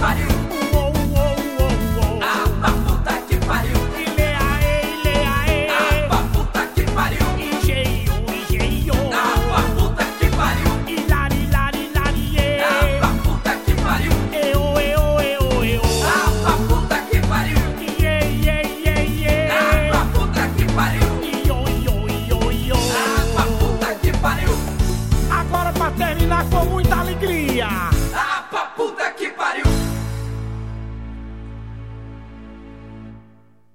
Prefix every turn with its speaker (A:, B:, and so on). A: pariu.
B: Uou, uou, uou, uou.
A: Ah, pra puta que pariu.
B: Ileaê, ileaê.
A: Ah, pra puta que pariu.
B: Engenho, engenho.
A: Ah, pra puta que pariu.
B: Ilari, lari, é. lariê.
A: Ah, pra puta que pariu.
B: Eu, eu, eu, eu.
A: Ah, pra puta que pariu.
B: Iê, iê, iê, iê.
A: Ah, pra puta que pariu.
B: Iô, iô, iô, iô.
A: Ah, pra puta que pariu.
B: Agora pra terminar com muita alegria.